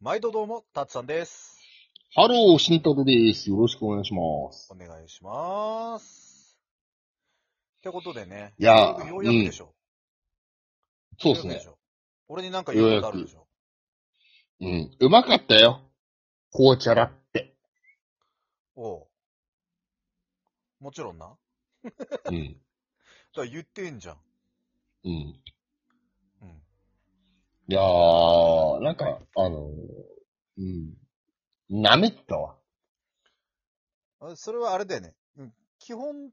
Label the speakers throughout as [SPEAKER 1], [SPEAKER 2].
[SPEAKER 1] 毎度どうも、たつさんです。
[SPEAKER 2] ハロー、新太郎です。よろしくお願いします。
[SPEAKER 1] お願いします。ってことでね。
[SPEAKER 2] いやー
[SPEAKER 1] ようやくでしょ。
[SPEAKER 2] そうです
[SPEAKER 1] よやく
[SPEAKER 2] ね
[SPEAKER 1] し。ょ。俺になんか言うことあるでしょ。
[SPEAKER 2] うん。うまかったよ。紅茶ラって。
[SPEAKER 1] おう。もちろんな。だか
[SPEAKER 2] うん。
[SPEAKER 1] ら言ってんじゃん。
[SPEAKER 2] うん。
[SPEAKER 1] うん。
[SPEAKER 2] いやー、なんか、あのー、うん。舐めてたわ。
[SPEAKER 1] あそれはあれだよね。うん。基本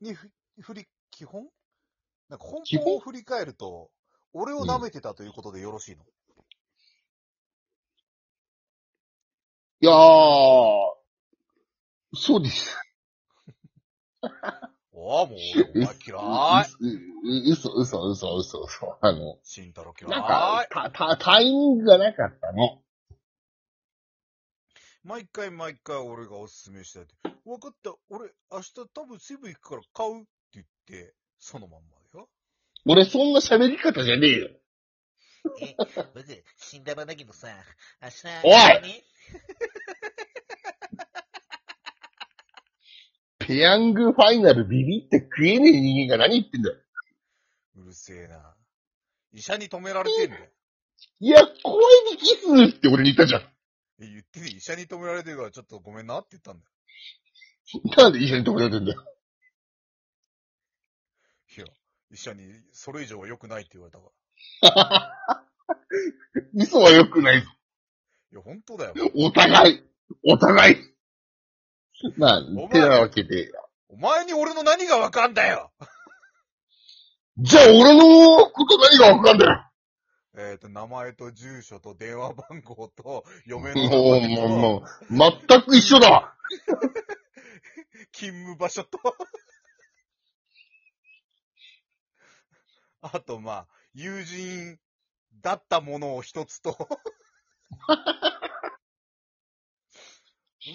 [SPEAKER 1] にふ振り、基本なんか本
[SPEAKER 2] 基
[SPEAKER 1] 本を振
[SPEAKER 2] 本
[SPEAKER 1] り返ると、俺を舐めてたということでよろしいの、
[SPEAKER 2] いやー、そうです。
[SPEAKER 1] おあ、もう 俺、お前嫌い。
[SPEAKER 2] うう嘘、嘘、嘘、嘘、嘘。あの、
[SPEAKER 1] 慎太郎嫌
[SPEAKER 2] なん
[SPEAKER 1] い
[SPEAKER 2] か。、た、た、タイミングがなかったの。
[SPEAKER 1] 毎回毎回俺がおすすめしたいって。わかった、俺明日多分セブン行くから買うって言って、そのまんまだよ。
[SPEAKER 2] 俺そんな喋り方じゃねえよ。
[SPEAKER 3] え、僕、死んだまだけどさ、明日、
[SPEAKER 2] おい
[SPEAKER 3] い
[SPEAKER 2] ペヤングファイナルビビって食えねえ人間が何言ってんだよ。
[SPEAKER 1] うるせえな。医者に止められてんだよ。
[SPEAKER 2] いや、声にキスって俺に言ったじゃん。
[SPEAKER 1] え言ってて医者に止められてるからちょっとごめんなって言ったんだ
[SPEAKER 2] なんで医者に止められてんだよ。
[SPEAKER 1] よ。いや、医者にそれ以上は良くないって言われたから。
[SPEAKER 2] 嘘は良くないぞ。
[SPEAKER 1] いや、本当だよ。
[SPEAKER 2] お互い。お互い。ま
[SPEAKER 1] 前
[SPEAKER 2] あ、てなわけで。
[SPEAKER 1] お前に俺の何がわかんだよ
[SPEAKER 2] じゃあ俺のこと何がわかんだよ。
[SPEAKER 1] えっ、と、名前と住所と電話番号と嫁の
[SPEAKER 2] も
[SPEAKER 1] 名
[SPEAKER 2] う、
[SPEAKER 1] 前
[SPEAKER 2] も
[SPEAKER 1] と
[SPEAKER 2] う、もう、全く一緒だわ。
[SPEAKER 1] 勤務場所と、 あと、まあ、友人だったものを一つ と、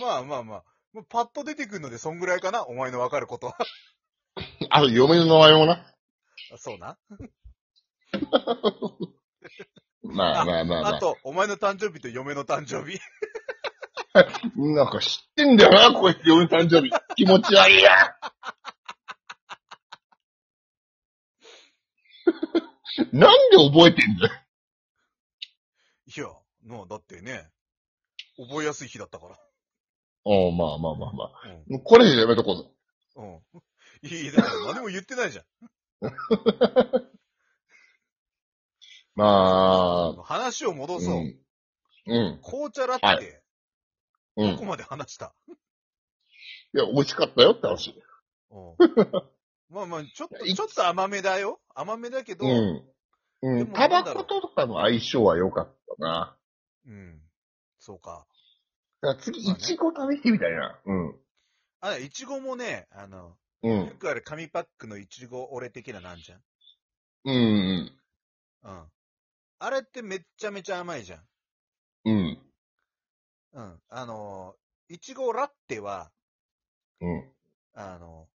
[SPEAKER 1] まあまあまあ、まあパッと出てくるので、そんぐらいかな、お前のわかることは。
[SPEAKER 2] あと、嫁の名前もな。
[SPEAKER 1] そうな。
[SPEAKER 2] まあまあまあま
[SPEAKER 1] あ
[SPEAKER 2] あ。
[SPEAKER 1] と、お前の誕生日と嫁の誕生日。
[SPEAKER 2] なんか知ってんだよな、こいつ嫁の誕生日。気持ち悪 いや。なんで覚えてんだよ。
[SPEAKER 1] いや、まあ、だってね、覚えやすい日だったから。
[SPEAKER 2] おうまあまあまあまあ。
[SPEAKER 1] うん
[SPEAKER 2] もうこれ以上やめとこうぞ。
[SPEAKER 1] うん。いや、だから何も言ってないじゃん。
[SPEAKER 2] まあ、
[SPEAKER 1] 話を戻そう。
[SPEAKER 2] うん。うん。
[SPEAKER 1] 紅茶ラ
[SPEAKER 2] は
[SPEAKER 1] ッテ、
[SPEAKER 2] う
[SPEAKER 1] どこ
[SPEAKER 2] ん。
[SPEAKER 1] まで話した
[SPEAKER 2] いや、美味しかったよって話。
[SPEAKER 1] うんまあまあ、ちょっと、ちょっと甘めだよ。甘めだけど、うん。
[SPEAKER 2] ん。う
[SPEAKER 1] で
[SPEAKER 2] ん。
[SPEAKER 1] も
[SPEAKER 2] タバコとかの相性は良かったな。
[SPEAKER 1] そうか。
[SPEAKER 2] だから次、
[SPEAKER 1] まあ
[SPEAKER 2] イ
[SPEAKER 1] ね
[SPEAKER 2] チゴ食べてみたいな。うん。
[SPEAKER 1] あ、いちごもね、あの、
[SPEAKER 2] う
[SPEAKER 1] よ
[SPEAKER 2] ん。
[SPEAKER 1] くある紙パックのいちご俺的ななんじゃん。
[SPEAKER 2] うん。
[SPEAKER 1] うん。あれってめっちゃめちゃ甘いじゃん。
[SPEAKER 2] うん。
[SPEAKER 1] うん。あの、いちごラッテは、
[SPEAKER 2] うん。
[SPEAKER 1] あの、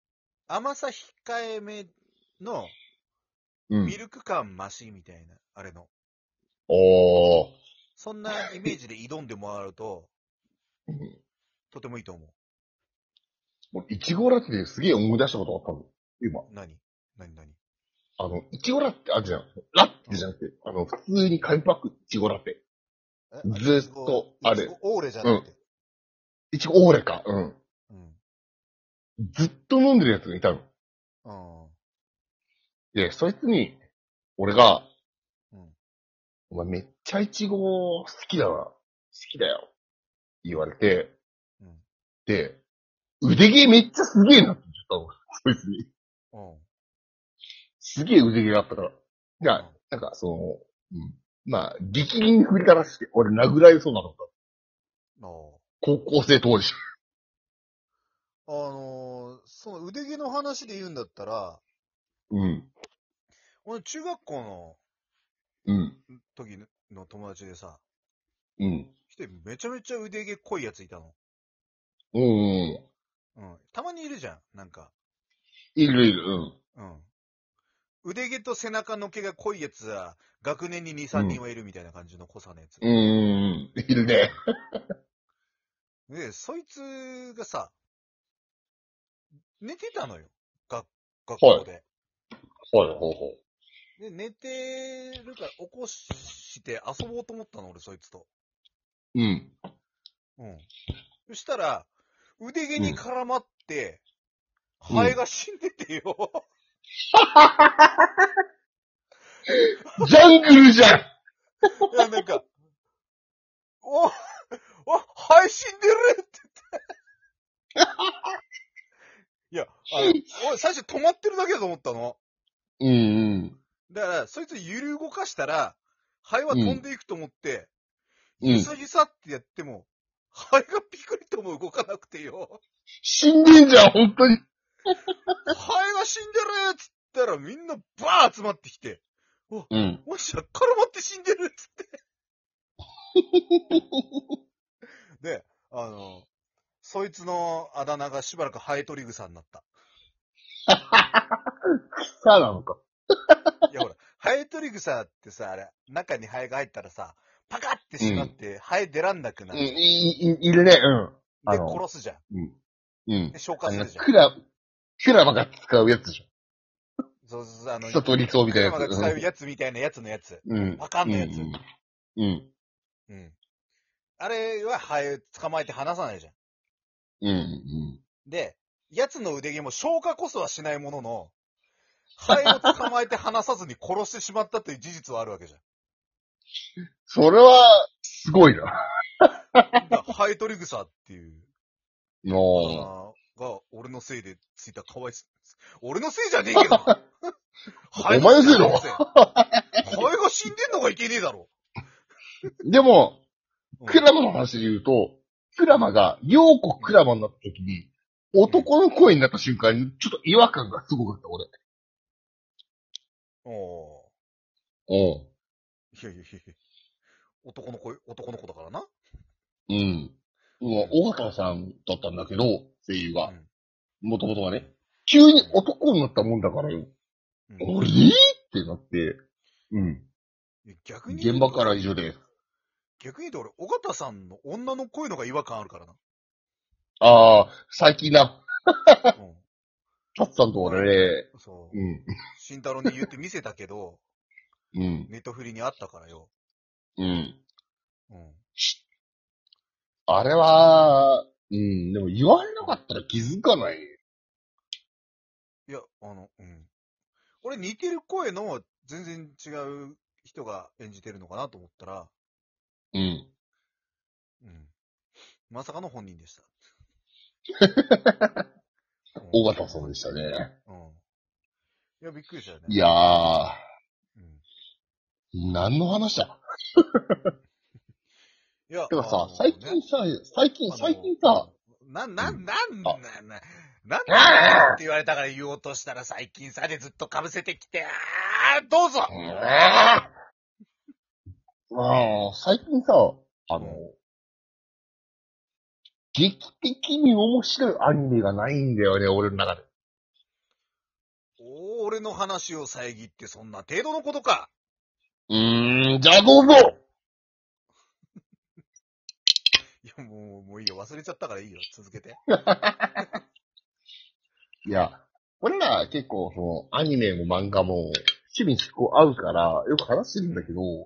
[SPEAKER 1] 甘さ控えめの
[SPEAKER 2] うん。
[SPEAKER 1] ミルク感増しみたいな、あれの。
[SPEAKER 2] おー。
[SPEAKER 1] そんなイメージで挑んでもらうと、
[SPEAKER 2] うん
[SPEAKER 1] とてもいいと思う。
[SPEAKER 2] もういちごラテですげえ思い出したことがあったの。今。
[SPEAKER 1] 何何何
[SPEAKER 2] あの、いちごラテあるじゃん。ラッテじゃなくて、あの、普通に紙パック、いちごラテ。
[SPEAKER 1] え
[SPEAKER 2] ずっとあれ
[SPEAKER 1] いちごオーレじゃなくて。
[SPEAKER 2] いちごオーレか。うん。
[SPEAKER 1] うん。
[SPEAKER 2] ずっと飲んでるやつがいたの。
[SPEAKER 1] うん。
[SPEAKER 2] で、そいつに、俺が、
[SPEAKER 1] うん
[SPEAKER 2] お前めっちゃイチゴ好きだな。好きだよ。言われて、
[SPEAKER 1] うん
[SPEAKER 2] で、腕毛めっちゃすげえなって言ったの。そいつに。
[SPEAKER 1] うん。
[SPEAKER 2] すげえ腕毛があったから。じゃ
[SPEAKER 1] うん
[SPEAKER 2] あ、なんかその、うん、まあ、力銀に振り垂らして、俺殴られそうなの。
[SPEAKER 1] あ
[SPEAKER 2] 高校生当時。
[SPEAKER 1] あのーその腕毛の話で言うんだったら、
[SPEAKER 2] うん。
[SPEAKER 1] 俺中学校の
[SPEAKER 2] うん。
[SPEAKER 1] 時の友達でさ、
[SPEAKER 2] うん。
[SPEAKER 1] 一人めちゃめちゃ腕毛濃いやついたの。
[SPEAKER 2] うんうん。
[SPEAKER 1] うん。たまにいるじゃん、なんか。
[SPEAKER 2] いるいる。うん。
[SPEAKER 1] うん。腕毛と背中の毛が濃いやつは、学年に2、3人はいるみたいな感じの濃さのやつ。
[SPEAKER 2] うーん、いるね。
[SPEAKER 1] で、そいつがさ、寝てたのよ。学、学校で。
[SPEAKER 2] ほうほうほ
[SPEAKER 1] で、寝てるから起こして遊ぼうと思ったの、俺、そいつと。
[SPEAKER 2] う。うん。
[SPEAKER 1] うん。そしたら、腕毛に絡まって、ハエが死んでてよ。
[SPEAKER 2] ジャングルじゃん
[SPEAKER 1] いや、なんか、お、お、配信出るって言って。 いや、あの、俺最初止まってるだけだと思ったの。
[SPEAKER 2] うん
[SPEAKER 1] だから、そいつ揺る動かしたら、ハエは飛んでいくと思って、
[SPEAKER 2] うん。う
[SPEAKER 1] ゆ
[SPEAKER 2] ん。
[SPEAKER 1] さゆさってやっても、ハエがピクリとも動かなくてよ。
[SPEAKER 2] 死んでんじゃん、本当に。
[SPEAKER 1] ハエが死んでるっつったらみんなバー集まってきて、
[SPEAKER 2] うん。
[SPEAKER 1] おいしゃ、絡まって死んでるっつって。で、あの、そいつのあだ名がしばらくハエトリグサになった。
[SPEAKER 2] 草なのか。
[SPEAKER 1] いやほら、 ハエトリグサってさ、あれ、中にハエが入ったらさ、パカってしまって、ハエ出らんなくな
[SPEAKER 2] うん、
[SPEAKER 1] る。
[SPEAKER 2] い
[SPEAKER 1] で、
[SPEAKER 2] い、いいるね、うん。あの
[SPEAKER 1] 殺すじゃん。
[SPEAKER 2] うん
[SPEAKER 1] で、。消化
[SPEAKER 2] あ
[SPEAKER 1] す
[SPEAKER 2] の、
[SPEAKER 1] るじゃん。
[SPEAKER 2] クラ、クラマが使うやつでし
[SPEAKER 1] そうそうそう、あ
[SPEAKER 2] ょ。
[SPEAKER 1] の、
[SPEAKER 2] 草と理想みたいな
[SPEAKER 1] クラ
[SPEAKER 2] や
[SPEAKER 1] マ
[SPEAKER 2] つ。
[SPEAKER 1] が使うやつみたいなやつのやつ。
[SPEAKER 2] うん。
[SPEAKER 1] わかんないやつ
[SPEAKER 2] うん。うん。
[SPEAKER 1] うん。あれはハエ捕まえて離さないじゃん。
[SPEAKER 2] うん。うん
[SPEAKER 1] で、奴の腕毛も消化こそはしないものの、ハエを捕まえて離さずに殺してしまったという事実はあるわけじ
[SPEAKER 2] それは、すごいな。
[SPEAKER 1] ゃん。だからハエトリグサっていう、
[SPEAKER 2] も
[SPEAKER 1] あーが、俺のせいでついたかわいそう。俺のせいじゃねえけどなハエ
[SPEAKER 2] お前のせいだろ
[SPEAKER 1] ハエが死んでんのがいけねえだろ。
[SPEAKER 2] う。でも、
[SPEAKER 1] うん
[SPEAKER 2] クラマの話で言うと、クラマが、ヨーコクラマになった時に、男の声になった瞬間に、ちょっと違和感がすごかった、俺。
[SPEAKER 1] お
[SPEAKER 2] お
[SPEAKER 1] ーいやいやいやいや男の子、男の子だからな。
[SPEAKER 2] うん。もう、大方さんだったんだけど、声優が
[SPEAKER 1] う。ん
[SPEAKER 2] もともとはね。急に男になったもんだからよ。
[SPEAKER 1] うん
[SPEAKER 2] おりってなって、うん。
[SPEAKER 1] 逆に言う
[SPEAKER 2] 現
[SPEAKER 1] と、
[SPEAKER 2] 場からは以上で。
[SPEAKER 1] 逆に言うと俺、尾形さんの女の声のが違和感あるからな。
[SPEAKER 2] ああ、最近な、
[SPEAKER 1] うん
[SPEAKER 2] タツさんと俺ね、
[SPEAKER 1] そう。
[SPEAKER 2] うん、
[SPEAKER 1] 慎太郎に言って見せたけど、
[SPEAKER 2] うん、
[SPEAKER 1] ネットフリにあったからよ。
[SPEAKER 2] うん。
[SPEAKER 1] うん。
[SPEAKER 2] あれは、うん、でも言われなかったら気づかない。
[SPEAKER 1] いや、あの、うん。俺似てる声の全然違う人が演じてるのかなと思ったら、
[SPEAKER 2] うん。
[SPEAKER 1] うん。まさかの本人で した。
[SPEAKER 2] 大型そうでしたね。
[SPEAKER 1] うん。いや、びっくりしたよね。
[SPEAKER 2] いやー、
[SPEAKER 1] うん。
[SPEAKER 2] 何の話だ
[SPEAKER 1] いや、
[SPEAKER 2] てか
[SPEAKER 1] あ
[SPEAKER 2] さ
[SPEAKER 1] の、
[SPEAKER 2] 最近
[SPEAKER 1] ね
[SPEAKER 2] さ、最近、最近さ、、
[SPEAKER 1] あのな、な、
[SPEAKER 2] うん
[SPEAKER 1] なん
[SPEAKER 2] あ
[SPEAKER 1] な、な、なん
[SPEAKER 2] あ
[SPEAKER 1] だって言われたから言おうとしたら最近さでずっと被せてきて、あーどうぞ
[SPEAKER 2] うわーまあ、最近さ、あの、劇的に面白いアニメがないんだよね、俺の中で。
[SPEAKER 1] おー俺の話を遮ってそんな程度のことか。
[SPEAKER 2] うーん、じゃあどうぞ
[SPEAKER 1] いや、もう、もういいよ。忘れちゃったからいいよ。続けて。
[SPEAKER 2] いや、俺ら結構そのアニメも漫画も趣味に結構合うからよく話してるんだけど、
[SPEAKER 1] うん。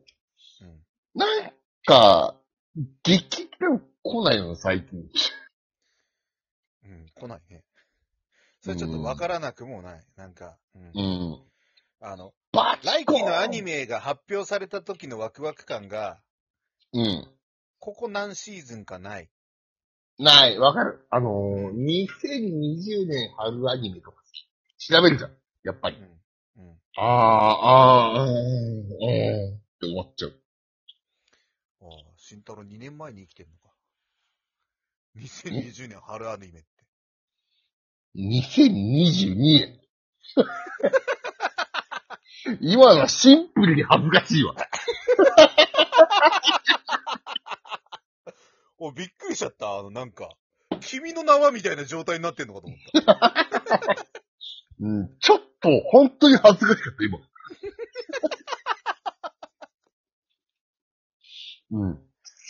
[SPEAKER 2] なんか、劇が来ないの最近。
[SPEAKER 1] うん、来ないね。それちょっとわからなくもない。なんか、うん。
[SPEAKER 2] うん。
[SPEAKER 1] あの、
[SPEAKER 2] バチ
[SPEAKER 1] 来
[SPEAKER 2] コー
[SPEAKER 1] 期のアニメが発表された時のワクワク感が、
[SPEAKER 2] うん。
[SPEAKER 1] ここ何シーズンかない。
[SPEAKER 2] ない、わかる。あのー、2020年春アニメとか調べるじゃん。やっぱ
[SPEAKER 1] う
[SPEAKER 2] り。
[SPEAKER 1] ん。うん。
[SPEAKER 2] ああ、ああ、うん、うん、って終わっちゃう。
[SPEAKER 1] ああ、慎太郎2年前に生きてんのか。2020年春アニメって。
[SPEAKER 2] 2022年。 今のはシンプルに恥ずかしいわ。
[SPEAKER 1] お、びっくりしちゃった。あの、なんか、君の名はみたいな状態になってんのかと思った。
[SPEAKER 2] うん、ちょっと、本当に恥ずかしかった、今。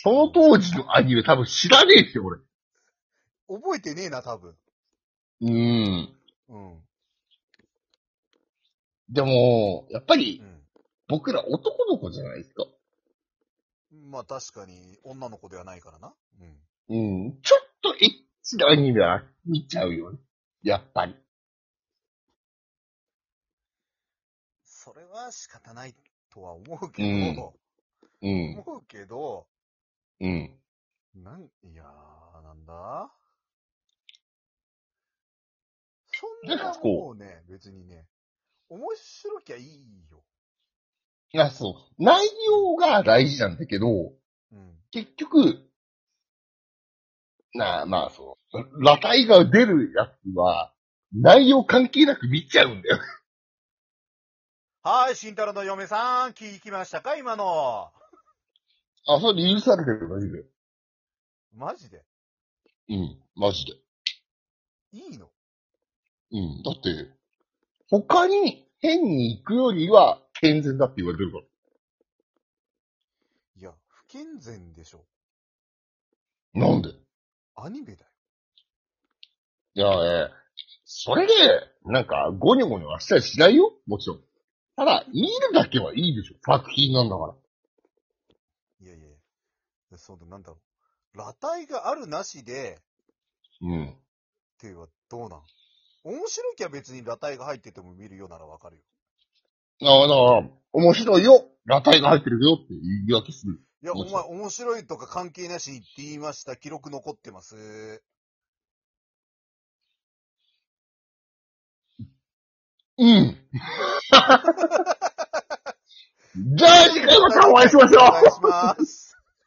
[SPEAKER 2] その当時のアニメ多分知らねえっすよ、俺。
[SPEAKER 1] 覚えてねえな、多分。
[SPEAKER 2] うん。
[SPEAKER 1] うん。
[SPEAKER 2] でも、やっぱり
[SPEAKER 1] う
[SPEAKER 2] 僕ら男の子じゃないですか。
[SPEAKER 1] ん。まあ確かに、女の子ではないからな。うん。
[SPEAKER 2] うん。ちょっとエッチなアニメは見ちゃうよね。やっぱり。
[SPEAKER 1] それは仕方ないとは思うけど、
[SPEAKER 2] う。
[SPEAKER 1] 思うけど、
[SPEAKER 2] うん。
[SPEAKER 1] なん、いやー、なんだそん
[SPEAKER 2] なん
[SPEAKER 1] な
[SPEAKER 2] かこう
[SPEAKER 1] もうね、別にね、面白きゃいいよ。
[SPEAKER 2] いや、そう。内容が大事なんだけど、
[SPEAKER 1] うん。
[SPEAKER 2] 結局、なあ、まあそう。裸体が出るやつは、内容関係なく見ちゃうんだよ。
[SPEAKER 1] はーい、慎太郎の嫁さん、聞きましたか今の。
[SPEAKER 2] あ、それ許されてるのいる。
[SPEAKER 1] マジで
[SPEAKER 2] うん。マジで。
[SPEAKER 1] いいの
[SPEAKER 2] うん。だって、他に変に行くよりは健全だって言われてるから。
[SPEAKER 1] いや、不健全でしょ。
[SPEAKER 2] なんでい
[SPEAKER 1] アニメだよ。
[SPEAKER 2] や、えーそれで、なんか、ゴニョゴニョはしたりしないよもちろん。ただ、見るだけはいいでしょ作品なんだから。
[SPEAKER 1] いやいやいやそうだ、なんだろう。裸体があるなしで、
[SPEAKER 2] うん。
[SPEAKER 1] っていうのはどうなん面白きゃ別に裸体が入ってても見るようならわかるよ。
[SPEAKER 2] ああ、だから、面白いよ裸体が入ってるよって言い訳する。
[SPEAKER 1] いや、
[SPEAKER 2] も
[SPEAKER 1] お
[SPEAKER 2] ちろ
[SPEAKER 1] 前面白いとか関係なしって言いました。記録残ってます。
[SPEAKER 2] うん。じゃあ次回もお会いしましょう
[SPEAKER 1] お願いします。